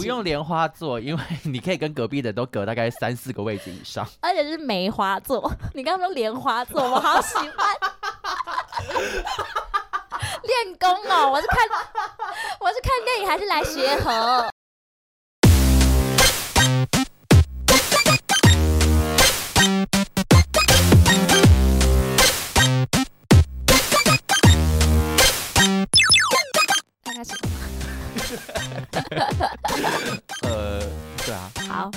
不用莲花座，因为你可以跟隔壁的都隔大概三四个位置以上。而且是梅花座。 你刚刚说莲花座，我好喜欢。 练功哦，我是看我是看电影还是来学猴？大家喜欢 呃，对啊，好。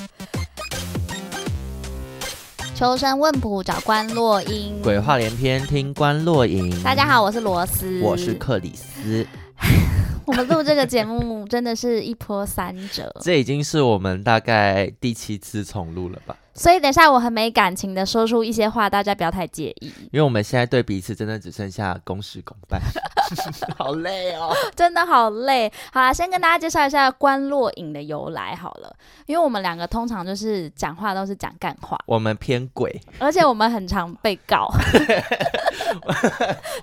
求生问卜找关洛英。鬼话连篇，听官落影。大家，好，我是罗斯，我是克里斯。我们录这个节目真的是一波三折，这已经是我们大概第七次重录了吧？所以等一下我很没感情的说出一些话，大家不要太介 意。因为我们现在对彼此真的只剩下公事公办， 好累哦。真的好累。好啦，先跟大家介绍一下关落影的由来好了，因为我们两个通常就是讲话都是讲干话，我们偏鬼，而且我们很常被告， 我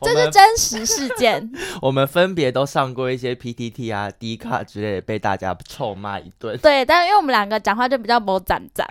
这是们真实事 件。我们分别都上过一些 PTT 啊、D 卡之类的，被大家臭骂一顿。对，但因为我们两个讲话就比较某攒攒，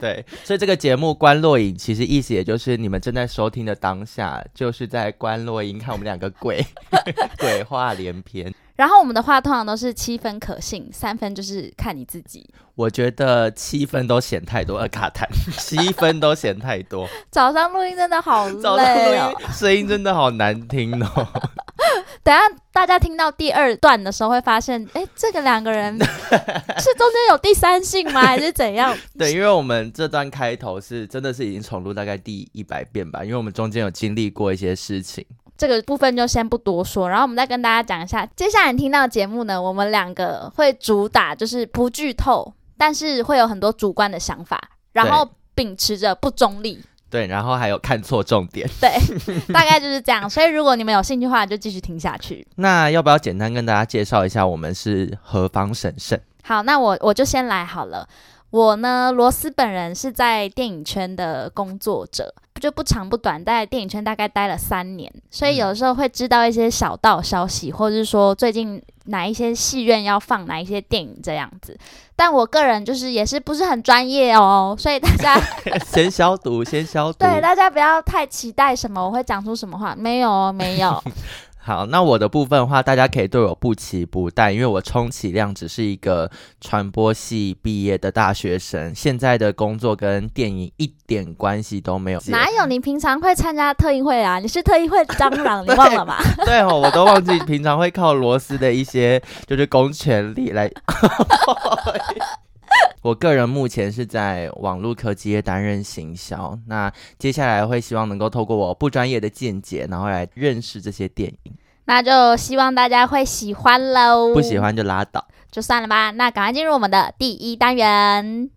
对，所以这个节目《观落影》其实意思也就是你们正在收听的当下，就是在观落影看我们两个鬼 鬼话连篇。然后我们的话通常都是七分可信，三分就是看你自己。我觉得七分都嫌太多，呃，卡痰，七分都嫌太多。早上录音真的好早上录累哦。音声音真的好难听哦， 等一下大家听到第二段的时候，会发现，哎，这个两个人是中间有第三性吗，还是怎样？ 对，因为我们这段开头是真的是已经重录大概第一百遍吧，因为我们中间有经历过一些事情，这个部分就先不多说，然后我们再跟大家讲一下，接下来你听到的节目呢，我们两个会主打就是不剧透，但是会有很多主观的想法，然后秉持着不中立，对，然后还有看错重点。对，大概就是这样。所以如果你们有兴趣的话，就继续听下去。那要不要简单跟大家介绍一下我们是何方神圣？好，那我我就先来好了。我呢，罗斯本人是在电影圈的工作者，就不长不短，在电影圈大概待了三年，所以有的时候会知道一些小道消息，或者是说最近哪一些戏院要放哪一些电影这样子。但我个人就是也是不是很专业哦，所以大家 先消 毒，先消毒。对大家不要太期待什么我会讲出什么话，没有哦没有，好，那我的部分的话，大家可以对我不期不待，因为我充其量只是一个传播系毕业的大学生，现在的工作跟电影一点关系都没有。哪有你平常会参加特映会啊？你是特映会蟑螂，你忘了吗？对哦，我都忘记平常会靠罗斯的一些 就是公权力 来。我个人目前是在网络科技业担任行销，那接下来会希望能够透过我不专业的见解，然后来认识这些电影。那就希望大家会喜欢喽。不喜欢就拉倒。就算了吧。那赶快进入我们的第一单元。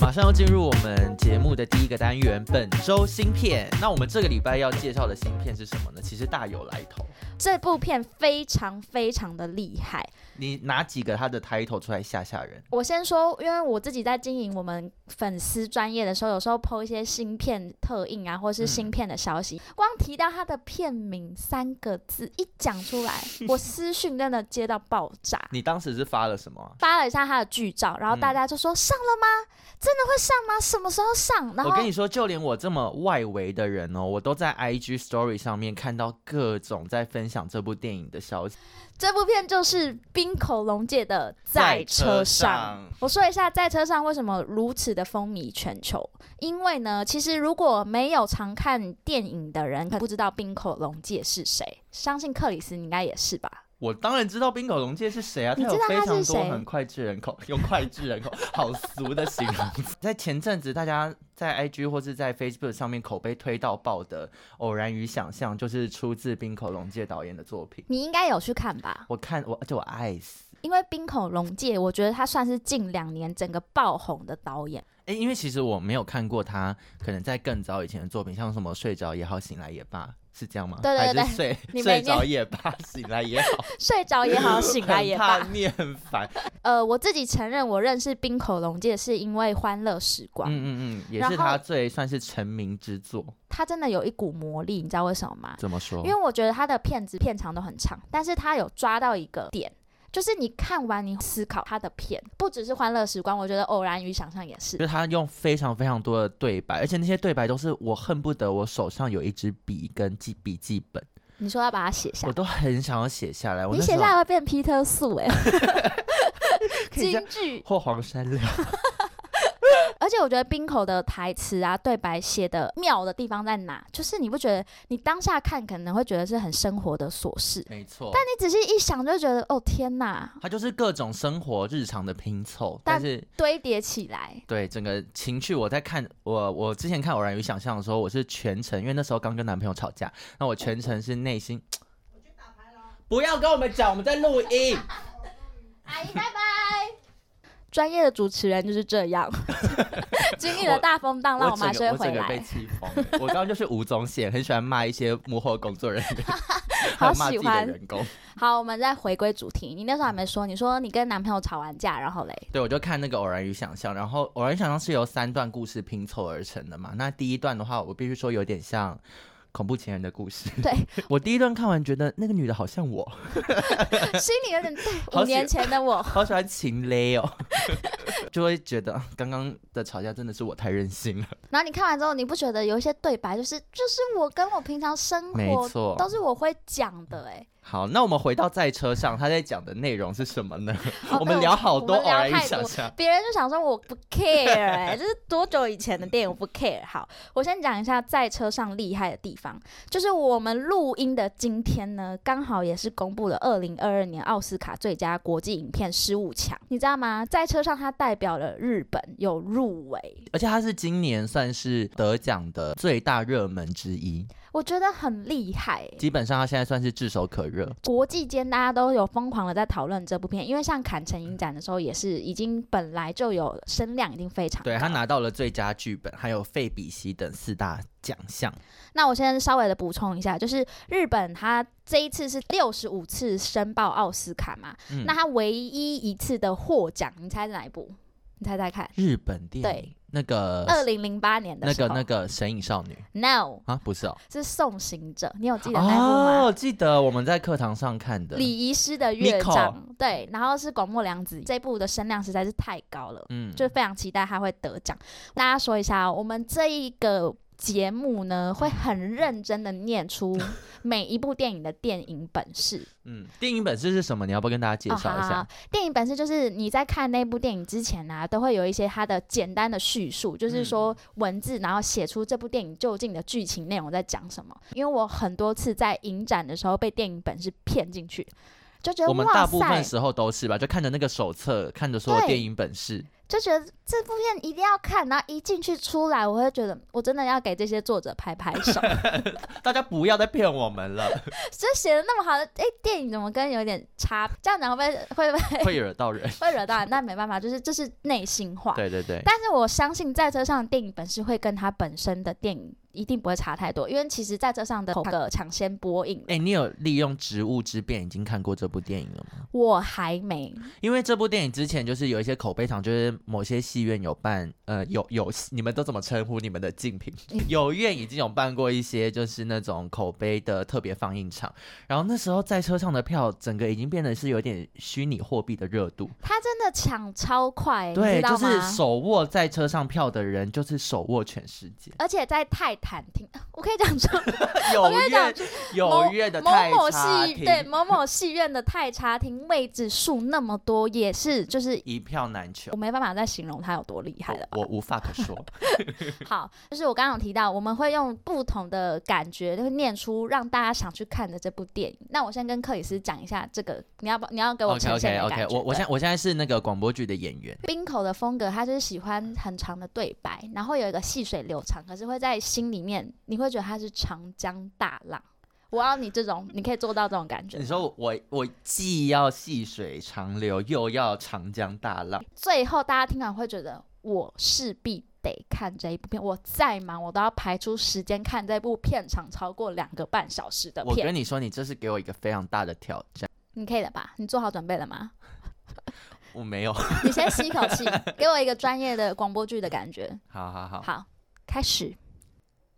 马上要进入我们节目的第一个单元——本周新片。那我们这个礼拜要介绍的新片是什么呢？其实大有来头。这部片非常非常的厉害。你拿几个它的 title 出来吓吓人？我先说，因为我自己在经营我们粉丝专业的时候，有时候 PO 一些新片特映啊，嗯或是新片的消息，光提到它的片名三个字一讲出 来，我私讯真的接到爆炸。你当时是发了什么啊、发了一下他的剧照，嗯然后大家就说、上了吗？真的会上吗？什么时候上？然我后跟你说，就连我这么外围的人哦，我都在 IG Story 上面看到各种在分享这部电影的消息。这部片就是冰口龙界的《在车上》在车上我说一下《在车上》为什么如此的风靡全球，因为呢，其实如果没有常看电影的人，可能不知道冰口龙界是谁。相信克里斯你应该也是吧？我当然知道冰口龙介是谁啊，你有知道非他常是多谁很脍炙人口， 用脍炙人口好俗的形容词。 在前阵子，大家在 IG 或是在 Facebook 上面口碑推到爆的《偶然与想象》，就是出自冰口龙介导演的作品。你应该有去看吧？我看我，而且我爱死。因为冰口龙界，我觉得他算是近两年整个爆红的导演。哎，因为其实我没有看过他可能在更早以前的作品，像什么《睡着也好，醒来也罢》是这样吗？对对对还是睡 你没睡念着也罢，醒来也好，睡着也好，醒来也 罢很怕。念很烦。呃，我自己承认，我认识冰口龙介是因为《欢乐时光》嗯嗯嗯，也然是后他最算是成名之作。他真的有一股魔力，你知道为什么吗？怎么说？因为我觉得他的片子片长都很长，但是他有抓到一个点，就是你看完你思考他的片，不只是《欢乐时光》，我觉得《偶然与想象》也是就。是他用非常非常多的对白，而且那些对白都是我恨不得我手上有一支笔跟记笔记本，你说要把它写下我，都很想要写下来。我你那时写候下来会变皮特素哎、 可以这样 京剧。或黄山料，而且我觉得冰口的台词啊、对白写的妙的地方在哪？就是你不觉得你当下看可能会觉得是很生活的琐事，没错。但你仔细一想就觉得哦天哪，他就是各种生活日常的拼凑，但但是堆叠起来。对整个情绪，我在看我我之前看《偶然与想象》的时候，我是全程，因为那时候刚跟男朋友吵架，那我全程是内心。不要跟我们讲，我们在录音。阿姨拜拜。专业的主持人就是这样， 经历了大风浪，让我整马个上我回整 个被来。气疯了。我刚刚就是吴宗宪，很喜欢骂一些幕后工作人员，还有骂自己 好的喜欢员工。好，我们再回归主题。你那时候还没说，你说你跟男朋友吵完架，然后嘞， 对，我就看那个《偶然与想象》，然后《偶然与想象》是由三段故事拼凑而成的嘛。那第一段的话，我必须说有点像。恐怖情人的故事，对 我第一段看完觉得那个女的好像我，心里有 点好对五年喜前的我，好喜欢情勒哦， 就会觉得啊刚刚的吵架真的是我太任性了，然后你看完之后，你不觉得有一些对白就是就是我跟我平常生没活错。都是我会讲的哎、好，那我们回到在车上，他在讲的内容是什么呢？哦我们对聊好多我《们偶聊然与太想多象》，别人就想说我不 care 哎、 这是多久以前的电影我不 care。好，我先讲一下在车上厉害的地方，就是我们录音的今天呢，刚好也是公布了二零二二年奥斯卡最佳国际影片十五强，你知道吗？在车上它代表了日本有入围，而且他是今年算是得奖的最大热门之一，我觉得很厉害、欸基本上他现在算是炙手可热。国际间大家都有疯狂的在讨论这部片，因为像坎城影展的时候也是已经本来就有声量已经非常对高他拿到了最佳剧本，还有费比西等四大奖项。那我先稍微的补充一下，就是日本它这一次是六十五次申报奥斯卡嘛，嗯那它唯一一次的获奖，你猜是哪一部？你猜猜看，日本电影对那个二零零八年的呃那时个候，那个神隐少女 No 啊，不是哦，是《送行者》，你有记得那一部吗？哦，记得我们在课堂上看的。礼仪师的乐 Nico 章，对，然后是广末凉子，这部的声量实在是太高了。嗯，就非常期待他会得奖。大家说一下哦，我们这一个节目呢，会很认真的念出每一部电影的电影本事。嗯，电影本身是什么？你要不要跟大家介哦，绍好一好下好？，电影本事就是你在看那部电影之前啊，都会有一些它的简单的叙述，嗯就是说文字，然后写出这部电影究竟的剧情内容在讲什么。因为我很多次在影展的时候被电影本事骗进去。就觉得我们哇大部分塞，时候都是吧，就看着那个手册，看着所有对电影本事。就觉得这部片一定要看，然后一进去出来，我会觉得我真的要给这些作者拍拍 手。大家不要再骗我们了，这写的那么好的，哎、电影怎么跟有点差？这样讲会不会会不 会会惹到人。会惹到人？那没办法，就是这是内心话。对对对，但是我相信在车上的电影本是会跟它本身的电影一定不会差太多，因为其实在车上的口个抢先播映，哎、你有利用职务之便已经看过这部电影了吗？我还没。因为这部电影之前就是有一些口碑场，就是某些戏院有办，呃，有有你们都怎么称呼你们的竞品？哎有院已经有办过一些就是那种口碑的特别放映场，然后那时候在车上的票，整个已经变得是有点虚拟货币的热度，他真的抢超快，哎你对，知道就吗？是手握在车上票的人，就是手握全世界。而且在泰坦厅， 我可以讲说有跟你讲院有院的某太某差戏对厅，某某戏院的泰茶厅位置数那么多，也是就是一票难求我，没办法再形容它有多厉害了吧。我我无话可说。 好，就是我刚刚有提到，我们会用不同的感觉，就会念出让大家想去看的这部电影。那我先跟克里斯讲一下这个，你要不你要给我 OK 呈 OK 现的感 OK，觉。我我现在我现在是那个广播剧的演员，冰口的风格，他就是喜欢很长的对白，然后有一个细水流长，可是会在心里面，你会觉得他是长江大浪。我要你这种，你可以做到这种感觉吗。你说我我既要细水长流，又要长江大浪，最后大家听完会觉得我势必得看这一部片，我再忙我都要排出时间看这部片长超过两个半小时的我片。跟你说，你这是给我一个非常大的挑战。你可以的吧？你做好准备了吗？我没 有，你先吸一口 气，给我一个专业的广播剧的感觉。好好好。好，开始。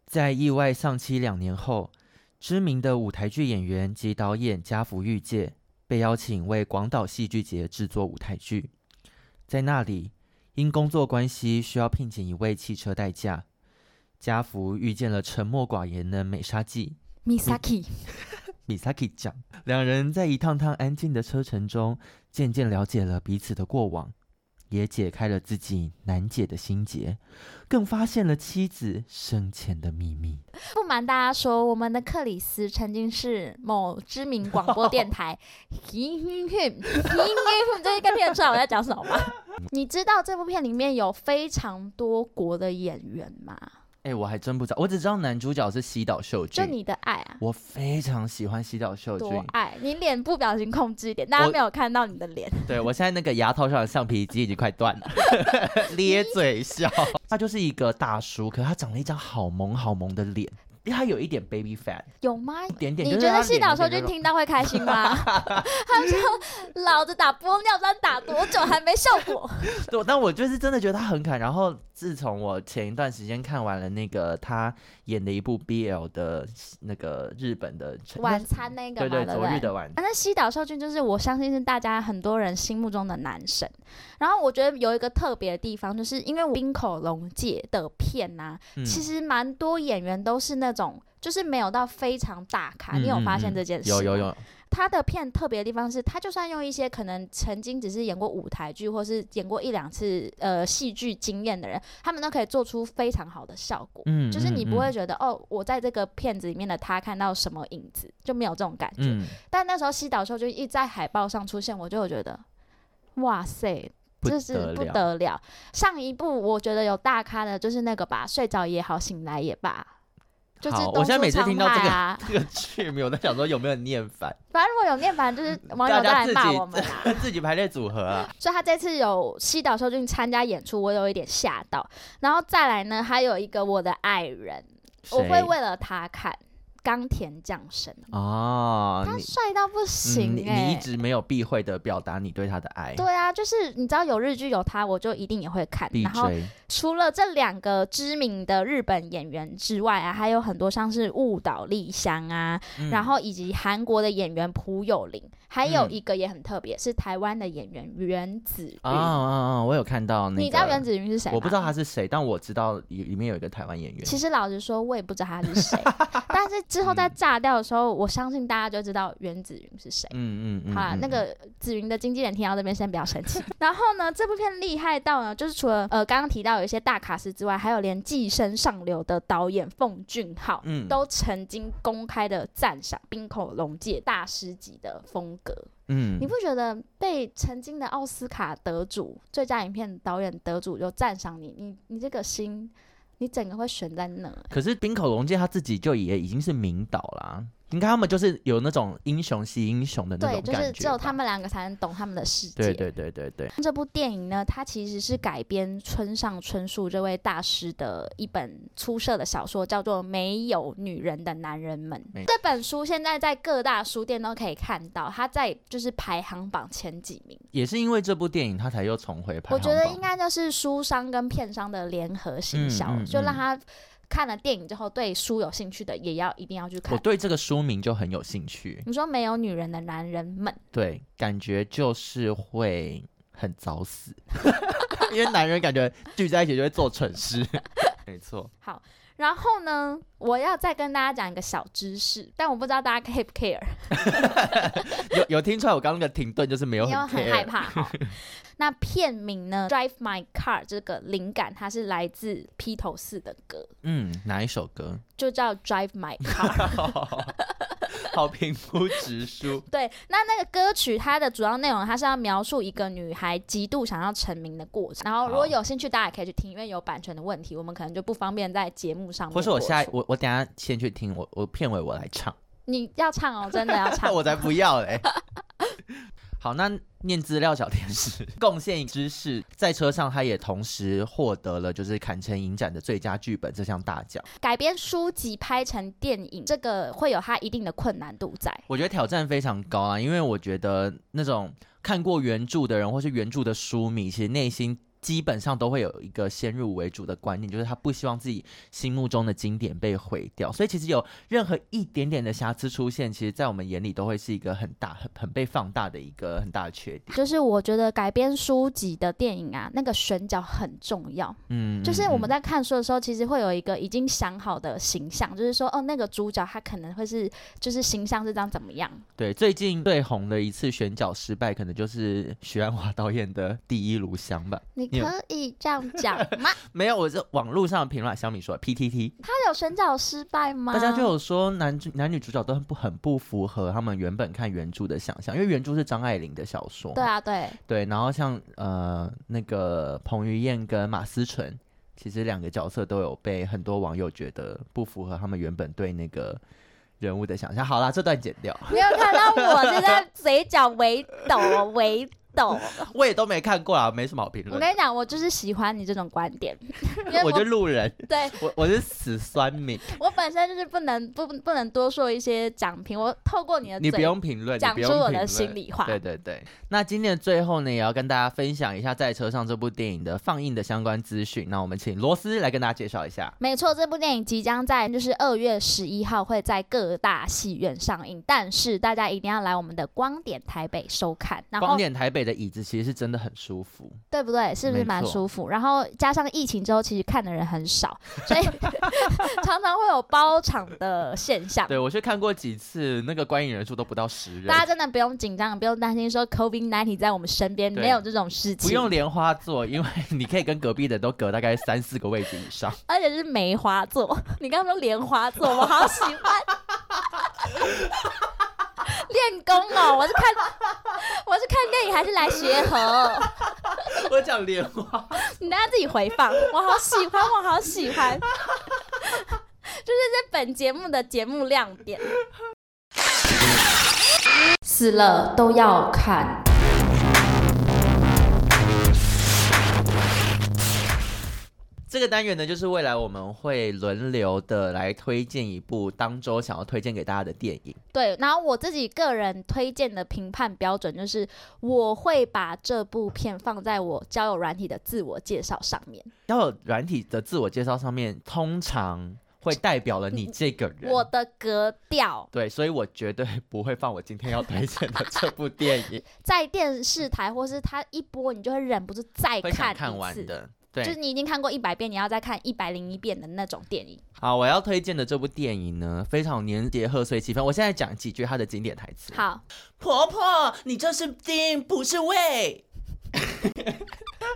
在意外丧妻两年后，知名的舞台剧演员及导演家福玉介被邀请为广岛戏剧节制作舞台剧。在那里，因工作关系需要聘请一位汽车代驾，家福遇见了沉默寡言的美沙纪 Misaki， Misaki 酱，两人在一趟趟安静的车程中，渐渐了解了彼此的过往，也解开了自己难解的心结，更发现了妻子生前的秘密。不瞒大家说，我们的克里斯曾经是某知名广播 电台 Him Him Him Him，这应该听得出来我在讲什么 吧？你知道这部片里面有非常多国的演员吗？哎、我还真不知道，我只知道男主角是西岛秀就俊。你的爱啊，我非常喜欢西岛秀多俊，爱！你脸部表情控制一点，大家我没有看到你的 脸。对我现在那个牙套上的橡皮筋已经快断 了，咧嘴笑。他就是一个大叔，可是他长了一张好萌好萌的脸，因为他有一点 baby fat，有吗？一点点。你就觉是他得西脸岛有说点句那种听到会开 心吗？他说：“老子打玻尿酸打多久还没效果对，但我就是真的觉得他很可爱。然后自从我前一段时间看完了那个他演的一部 BL 的那个日本的？”晚餐那个 对嘛，对，对昨不日对？的晚餐，反正西岛秀俊就是我相信是大家很多人心目中的男神。然后我觉得有一个特别的地方，就是因为冰口龙介的片呐、嗯其实蛮多演员都是那种。就是没有到非常大咖，你有嗯发嗯现嗯这件事吗？有有有，他的片特别的地方是，他就算用一些可能曾经只是演过舞台剧或是演过一两次呃戏剧经验的人，他们都可以做出非常好的效果。嗯，就是你嗯不会，觉得、哦，我在这个片子里面的他看到什么影子，就没有这种感觉。嗯，嗯但那时候西岛秀就一在海报上出现，我就有觉得，哇塞，不这是得不了得了。上一部我觉得有大咖的，就是那个吧，睡着也好，醒来也罢，就是好东我现在出每次昌听到这海个 啊这个剧没有在想说有没有念反， 反正如果有念反，就是网友嗯大都家来自骂己我们 啦。自己排列组合啊。所以他这次有西岛秀俊参加演出，我有一点吓到。然后再来呢，还有一个我的爱人， 我谁会为了他看冈田将生，哦，他你啊帅到不嗯行你哎、你一直没有避讳的表达你对他的爱。对啊，就是你知道有日剧有他，我就一定也会看。闭然后嘴，除了这两个知名的日本演员之外啊，还有很多像是雾岛丽香啊，嗯然后以及韩国的演员朴有林，还有嗯一个也很特别，是台湾的演员袁子云。啊啊啊！我有看到那个，嗯你知道袁子云是谁吗？我不知道他是谁，但我知道里里面有一个台湾演员。其实老实说，我也不知道他是 谁，但是之后在嗯炸掉的时候，我相信大家就知道袁子云是谁。嗯嗯嗯，好啦，嗯那个紫云的经纪人听到这边先不要生气。 然后呢，这部片厉害到呢，就是除了呃刚刚提到有一些大卡司之外，还有连《寄生上流》的导演奉俊昊，嗯都曾经公开的赞赏冰口龙介大师级的风格。嗯，你不觉得被曾经的奥斯卡得主、最佳影片导演得主有赞赏你，你你这个心，你整个会悬在那、可是冰口龙介他自己就也已经是名导啦，应该他们就是有那种英雄惜英雄的那对，种就是感觉吧。只有他们两个才能懂他们的世界。对。对对对对，这部电影呢，它其实是改编村上春树这位大师的一本出色的小说，叫做《没有女人的男人们没》。这本书现在在各大书店都可以看到，它在就是排行榜前几名。也是因为这部电影他才又重回排我行觉榜。得应该就是书商跟片商的联合行销，嗯嗯就让他看了电影之后对书有兴趣的，也要一定要去我看。对这个书名就很有兴趣，你说没有女人的男人们，对，感觉就是会很早死， 因为男人感觉聚在一起就会做蠢事。 没错，然后呢，我要再跟大家讲一个小知识，但我不知道大家 care 不 care，有有听出来我刚刚那个停顿就是没有因为我很 care 害怕 哈。那片名呢，Drive My Car 这个灵感，它是来自披头士的歌，嗯，哪一首歌？ 就叫 Drive My Car。 好平铺直述。对，那那个歌曲它的主要内容，它是要描述一个女孩极度想要成名的过程。然后如果好有兴趣，大家也可以去听，因为有版权的问题，我们可能就不方便在节目上面或播是出。我下我我等一下先去听，我我片尾我来唱， 你要唱哦，真的要唱。我才不要嘞。好，那念资料小天使贡献知识，在车上他也同时获得了就是坎城影展的最佳剧本这项大奖。改编书籍拍成电影，这个会有它一定的困难度在。我觉得挑战非常高啊，因为我觉得那种看过原著的人或是原著的书迷，其实内心基本上都会有一个先入为主的观念，就是他不希望自己心目中的经典被毁掉。所以其实有任何一点点的瑕疵出现，其实在我们眼里都会是一个很大、很很被放大的一个很大的缺点。就是我觉得改编书籍的电影啊，那个选角很重要。嗯，就是我们在在看书的时候，其实会有一个已经想好的形象，就是说，哦，那个主角他可能会是，就是形象是长怎么样。对最近最红的一次选角失败，可能就是许鞍华导演的《第一炉香》吧。你你有可以这样讲 吗？没有，我这网络上的评论，小米说 PTT。他有选角失败吗？大家就有说男主男女主角都很不很不符合他们原本看原著的想象，因为原著是张爱玲的小说，对 啊，对，对然后像呃那个彭于晏跟马思纯，其实两个角色都有被很多网友觉得不符合他们原本对那个人物的想象。好啦，这段剪 掉，没有看到我就在嘴角微抖哦微 抖。我也都没看过啊，没什么好评我论。跟你讲，我就是喜欢你这种观 点，因为我我就路人，对我我是死酸 民，我本身就是不能不不能多说一些讲评，我透过你的你不嘴用评论，你讲不出用我评的论心里话。对对对，那今天的最后呢，也要跟大家分享一下《在车上》这部电影的放映的相关资讯。那我们请罗斯来跟大家介绍一下。没错，这部电影即将在就是二月十一号会在各大戏院上映，但是大家一定要来我们的光点台北收看，然光后点台北的椅子其实是真的很舒服，对不对？是不是没蛮错舒服？然后加上疫情之后，其实看的人很少， 所以常常会有包场的现象。对我去看过几次，那个观影人数都不到十人大，家真的不用紧张，不用担心说 COVID 1 9在我们身边对没有这种事情，不用莲花座，因为你可以跟隔壁的都隔大概三四个位置以上。而且是梅花座。 你刚刚说莲花座，我好喜欢。 练功哦，我是看 我是看电影还是来学和？ 我讲莲花，你大家自己回放，我好喜欢，我好喜欢。 就是这本节目的节目亮点，死了都要看。这个单元呢，就是未来我们会轮流的来推荐一部当周想要推荐给大家的电影。对，然后我自己个人推荐的评判标准就是，我会把这部片放在我交友软体的自我介绍上面。要有软体的自我介绍上面，通常会代表了你这个人。我的格调对，所以我绝对不会放我今天要推荐的这部电 影，在电视台或是它一播，你就会忍不住再会想看看一完次。的。对就是，你已经哎看过一百遍，你要再看一百零一遍的那种电影。好，我要推荐的这部电影呢，非常年节贺岁气氛。我现在讲几句它的经典台词：好，婆婆，你这是丁，不是胃。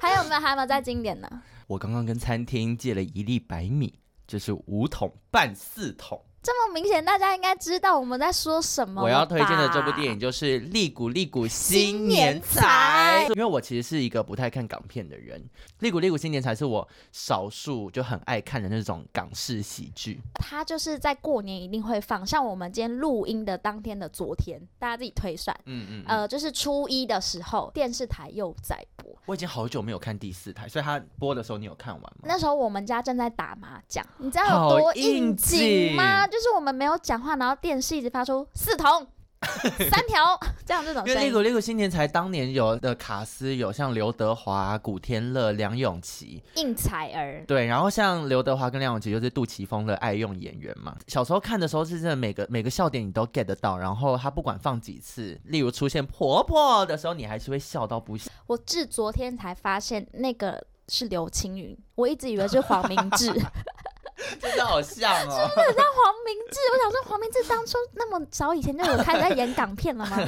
还有没有还有没有 再经典呢？我刚刚跟餐厅借了一粒白米，就是五桶半四桶。这么明显，大家应该知道我们在说什么。我要推荐的这部电影，影就是《利古利古新新年年财财》，因为我其实是一个不太看港片的人，《利古利古新年财》是我少数就很爱看的那种港式喜剧。它就是在过年一定会放，像我们今天录音的当天的昨天，大家自己推算。嗯嗯，嗯呃，就是初一的时候，电视台又在播。我已经好久没有看第四台，所以它播的时候你有看完吗？那时候我们家正在打麻将，你知道有多好应应景吗？就是我们没有讲话，然后电视一直发出 四筒、三条这样这种因为《声利古音，利古新年财》当年有的卡斯有像刘德华、古天乐、梁咏琪，应采儿。对，然后像刘德华跟梁咏琪就是杜琪峰的爱用演员嘛。小时候看的时候是真的每个每个笑点你都 get 得到，然后他不管放几次，例如出现婆婆的时候，你还是会笑到不行。我至昨天才发现那个是刘青云，我一直以为是黄明 志。真的好像哦，那黄明志，我想说黄明志当初那么 早以前就有开始在演港片了吗？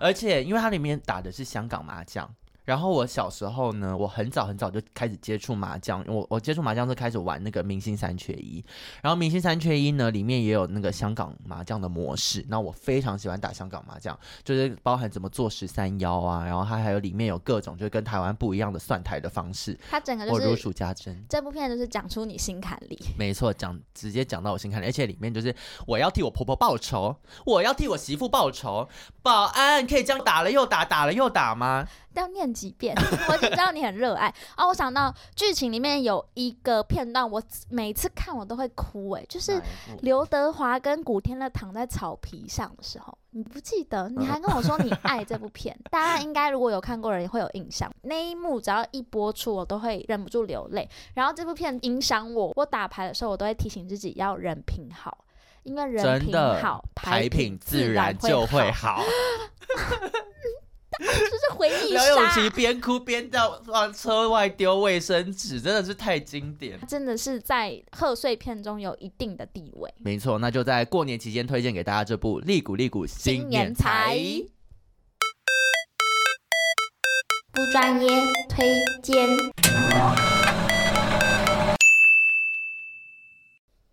而且因为它里面打的是香港麻将，然后我小时候呢，我很早很早就开始接触麻将，我我接触麻将是开始玩那个明星三缺一，然后明星三缺一呢里面也有那个香港麻将的模式，那我非常喜欢打香港麻将，就是包含怎么做十三幺啊，然后它还有里面有各种就是跟台湾不一样的算台的方式，它整个我如就是数家珍。这部片就是讲出你心坎里，没错，讲直接讲到我心坎里，而且里面就是我要替我婆婆报仇，我要替我媳妇报仇，保安可以这样打了又打，打了又打吗？要念几遍， 我只知道你很热爱。哦，我想到剧情里面有一个片段，我每次看我都会哭、哎，就是哪一部刘德华跟古天乐躺在草皮上的时候，你不记得？你还跟我说你爱这部 片，大家应该如果有看过的人会有印象。那一幕只要一播出，我都会忍不住流泪。然后这部片影响我，我打牌的时候我都会提醒自己要人品好，因为人真品的好，牌品自自然就会会好， 好。 就是回忆刘永琪杀。边哭边在往车外丢卫生纸，真的是太经典。真的是在贺岁片中有一定的地位。没错，那就在过年期间推荐给大家这部《利古利古新年财》。不专业推荐。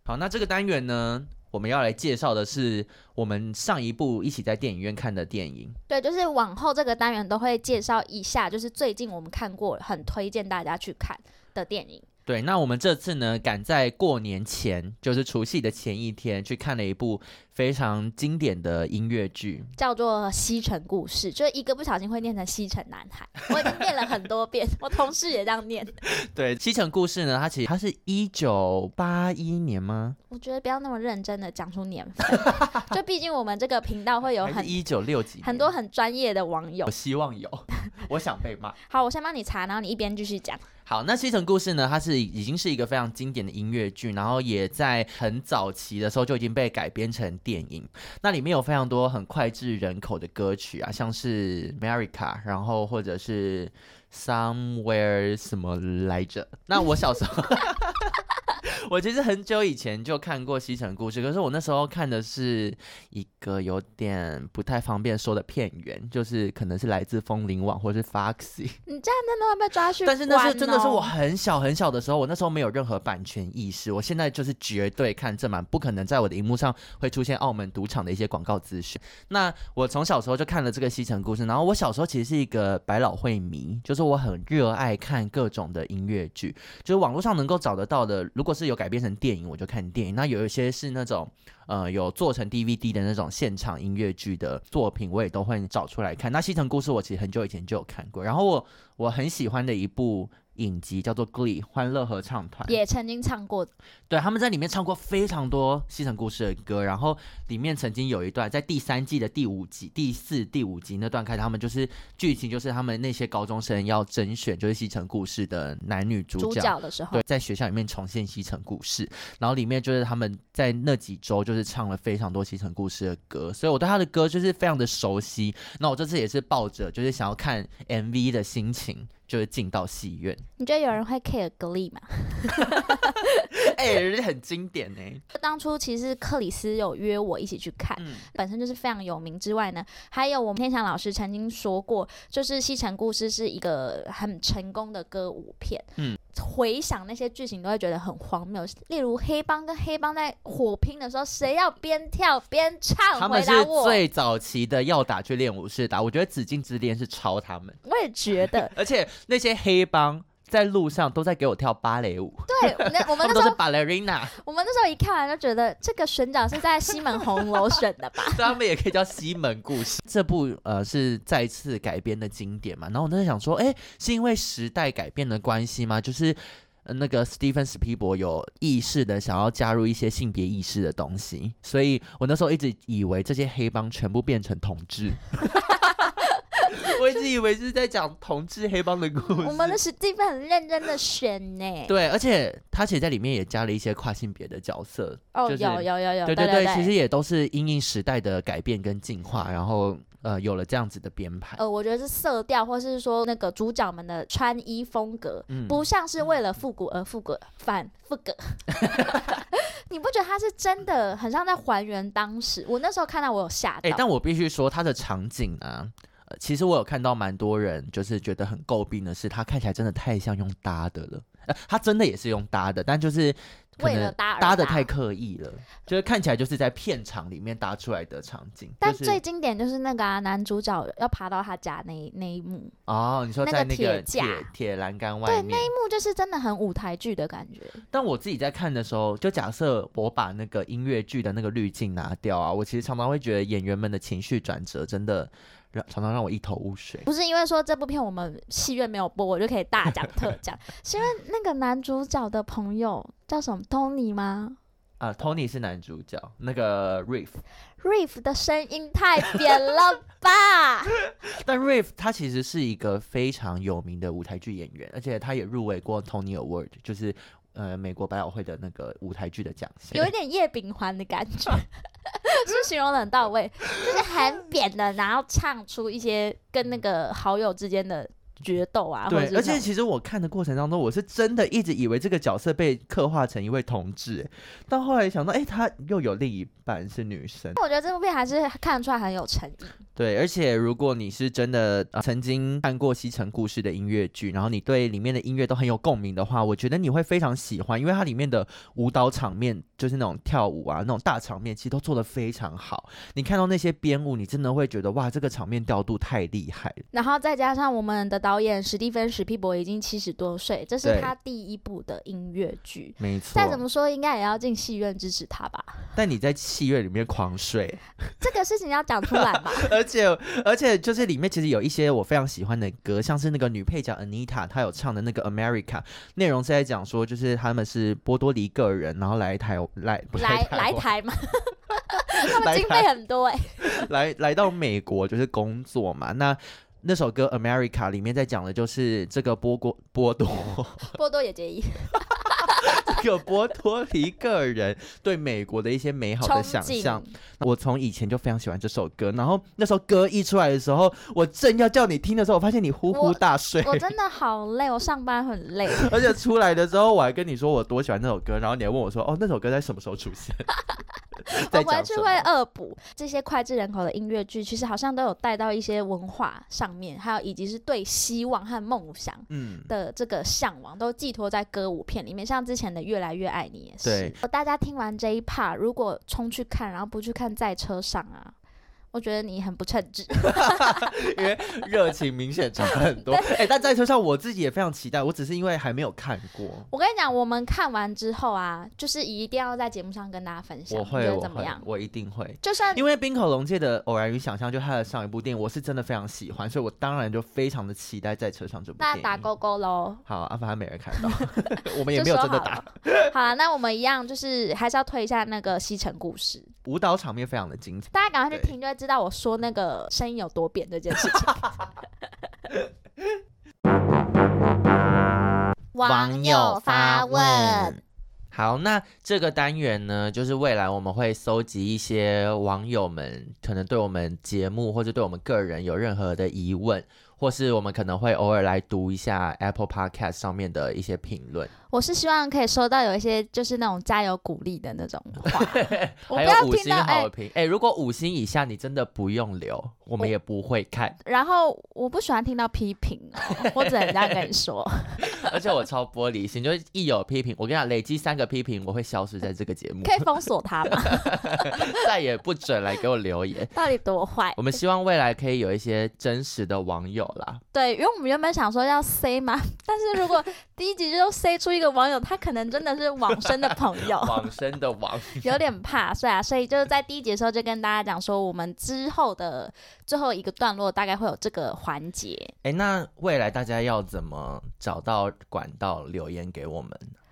好，那这个单元呢，我们要来介绍的是我们上一部一起在电影院看的电影。对，就是往后这个单元都会介绍一下，就是最近我们看过，很推荐大家去看的电影。对，那我们这次呢，赶在过年前，就是除夕的前一天，去看了一部非常经典的音乐剧。叫做《西城故事》，就一个不小心会念成《西城男孩》，我已经念了很 多遍，我同事也这样念。对，《西城故事》呢，它其实它是一九八一年吗？我觉得不要那么认真的讲出年 份，就毕竟我们这个频道会有很一九六几年？很多很专业的网友我。希望有， 我想被骂。好，我先帮你查，然后你一边继续讲。好，那《西城故事》呢，它是已经是一个非常经典的音乐剧，然后也在很早期的时候就已经被改编成电影。那里面有非常多很脍炙人口的歌曲啊，像是《America》，然后或者是《Somewhere》什么来着？那我小时候。 我其实很久以前就看过《西城故事》，可是我那时候看的是一个有点不太方便说的片源，就是可能是来自风铃网或是 Foxy，你这样真的会被抓去、但是那是真的是哦我。很小很小的时候，我那时候没有任何版权意识，我现在就是绝对看正版，不可能在我的荧幕上会出现澳门赌场的一些广告资讯。那我从小时候就看了这个《西城故事》，然后我小时候其实是一个百老汇迷，就是我很热爱看各种的音乐剧，就是网络上能够找得到的，如果是有改编成电影，我就看电影。那有一些是那种呃有做成 DVD 的那种现场音乐剧的作品，我也都会找出来看。那《西城故事》我其实很久以前就有看过，然后我我很喜欢的一部影集叫做《Glee》欢乐合唱团，也曾经唱过，对，他们在里面唱过非常多西城故事的歌，然后里面曾经有一段在第三季的第五集、第四、第五集那段开始，他们就是剧情就是他们那些高中生要甄选就是西城故事的男女主主角。角的时候对，，在学校里面重现西城故事，然后里面就是他们在那几周就是唱了非常多西城故事的歌，所以我对他的歌就是非常的熟悉。那我这次也是抱着就是想要看 MV 的心情，就是进到戏院，你觉得有人会 care Glee 吗？哎、很经典呢、当初其实克里斯有约我一起去看，嗯本身就是非常有名之外呢，还有我们天翔老师曾经说过，就是《西城故事》是一个很成功的歌舞片，嗯，回想那些剧情都会觉得很荒谬，例如黑帮跟黑帮在火拼的时候，谁要边跳边唱？他回们答是我，最早期的要打去练武士打，我觉得《紫禁之恋》是抄他们，我也觉 得，而且那些黑帮在路上都在给我跳芭蕾舞，对，那他我们们那都时是候 ballerina，我们那时候一看完就觉得这个选角是在西门红楼选 的吧？所以他们也可以叫西门故事。这部呃是再次改编的经典嘛，然后我在想说，哎，是因为时代改变的关系吗？就是。呃那个 Stephen 史皮博有意识的想要加入一些性别意识的东西，所以我那时候一直以为这些黑帮全部变成同志， 我一直以为是在讲同志黑帮的故事。我们的史蒂芬很认真的选 呢，对，而且他其实在里面也加了一些跨性别的角色，哦，就是有有有有，对对对，其实也都是因应时代的改变跟进化，然后呃有了这样子的编排。呃，我觉得是色调，或是说那个主角们的穿衣风格，嗯不像是为了复古而复古，反复古。 你不觉得他是真的很像在还原当时？我那时候看到我有吓哎、到，但我必须说，它的场景啊，呃其实我有看到蛮多人就是觉得很诟病的是，他看起来真的太像用搭的了。呃，他真的也是用搭的，但就是可为了能搭而搭的搭太刻意了，就是看起来就是在片场里面搭出来的场景。但就是最经典就是那个啊，男主角要爬到他家那一那一幕，哦，你说那在个那铁个架铁铁栏杆对外面，那幕就是真的很舞台剧的感觉。但我自己在看的时候，就假设我把那个音乐剧的那个滤镜拿掉啊，我其实常常会觉得演员们的情绪转折真的让常常让我一头雾水。 不是因为说这部片我们戏院没有播，我就可以大讲 特讲，是因为那个男主角的朋友叫什么 Tony 吗啊，Tony 是男主角，那 个 Riff， ？Reef 的声音太扁了吧？但 Riff 他其实是一个非常有名的舞台剧演员，而且他也入围过 Tony Award，就是呃美国百老汇的那个舞台剧的奖有一项。点叶秉环的感觉， 是形容的很到位，就是很扁的，然后唱出一些跟那个好友之间的决斗啊，或对者，是而那且种其实我看的过程当中，我是真的一直以为这个角色被刻画成一位同志，哎但后来想到，哎、他又有另一半是女生。我觉得这部片还是看得出来很有诚意。对，而且如果你是真的、呃曾经看过《西城故事》的音乐剧，然后你对里面的音乐都很有共鸣的话，我觉得你会非常喜欢，因为它里面的舞蹈场面就是那种跳舞啊，那种大场面，其实都做得非常好。你看到那些编舞，你真的会觉得哇，这个场面调度太厉害了。然后再加上我们的导演史蒂芬史皮博已经七十多岁，这是对他第一部的音乐剧。没错，再怎么说，应该也要进戏院支持他吧？但你在戏院里面狂睡，这个事情要讲出来吧？而且而且就是里面其实有一些我非常喜欢的歌，像是那个女配角 Anita，她有唱的那个 America，内容是在讲说就是他们是波多黎各人，然后来台来 不是来来来台 台嘛，他们来经台费很多哎、来来到美国就是工作嘛，那。那首歌《America》里面在讲的就是这个波国波多 欸波多野结衣这个波多黎各人对美国的一些美好憧的想憬象。，我从以前就非常喜欢这首歌，然后那首歌一出来的时候，我正要叫你听的时候，我发现你呼呼我大睡。我真的好累，我上班很累。而且出来的时候，我还跟你说我多喜欢那首歌，然后你还问我说，哦，那首歌在什么时候出现？我 在回讲去什么会恶补这些脍炙人口的音乐剧，其实好像都有带到一些文化上面，还有以及是对希望和梦想嗯，的这个向往，都寄托在歌舞片里面。像之前的《越来越爱你》也是哦对。大家听完这一 part，如果冲去看，然后不去看在车上啊，我觉得你很不称职。 因为热情明显差很多。哎、但在车上我自己也非常期待，我只是因为还没有看过。我跟你讲，我们看完之后啊，就是一定要在节目上跟大家分享，我你会，觉得我怎么会样，？我一定会。就算因为冰口龙介的《偶然与想象》就他的上一部电影，我是真的非常喜欢，所以我当然就非常的期待在车上这部电那影。打勾勾喽。好，啊阿凡没人看到，我们也就没有说真的好打 了。好啦，那我们一样就是还是要推一下那个《西城故事》，舞蹈场面非常的精彩。大家赶快去对听，就会知道我说那个声音有多扁这件事 情。网友发问，。好，那这个单元呢，就是未来我们会搜集一些网友们可能对我们节目或者对我们个人有任何的疑问，或是我们可能会偶尔来读一下 Apple Podcast 上面的一些评论，我是希望可以收到有一些就是那种加油鼓励的那种 话，我不还要有五听星到哎、好评。哎、如果五星以下，你真的不用留，我们我也不会 看。然后我不喜欢听到批评哦，我只能这样跟 你说。而且我超玻璃心，就是一有批评，我跟你讲，累积三个批评，我会消失在这个节目可，以封锁他吗？ 再也不准来给我留言。到底多坏？我们希望未来可以有一些真实的网友啦，，对，因为我们原本想说要 C 嘛， 但是如果第一集就 C 出一个网友，他可能真的是往生的朋友往生的网。 有点怕，所以啊，所以就是在第一集的时候就跟大家讲说，我们之后的最后一个段落大概会有这个环节。哎、那未来大家要怎么找到管道留言给我们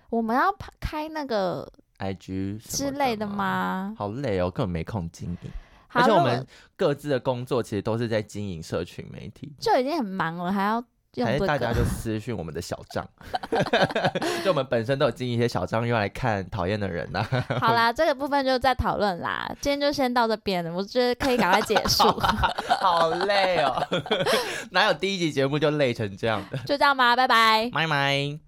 我们要拍开那个？IG 什之么类的吗？吗？好累哦，根本没空经营。好，啊而且我如们果各自的工作其实都是在经营社群媒体，就已经很忙了，还要还用是这大家 个。就私讯我们的小账， 就我们本身都有经营一些小账，用来看讨厌的人啊呐、好啦，这个部分就再讨论啦。今天就先到这边，我觉得可以赶快结束， 好 累哦，哪有第一集节目就累成这样的？ 就这样吧，拜拜。拜拜。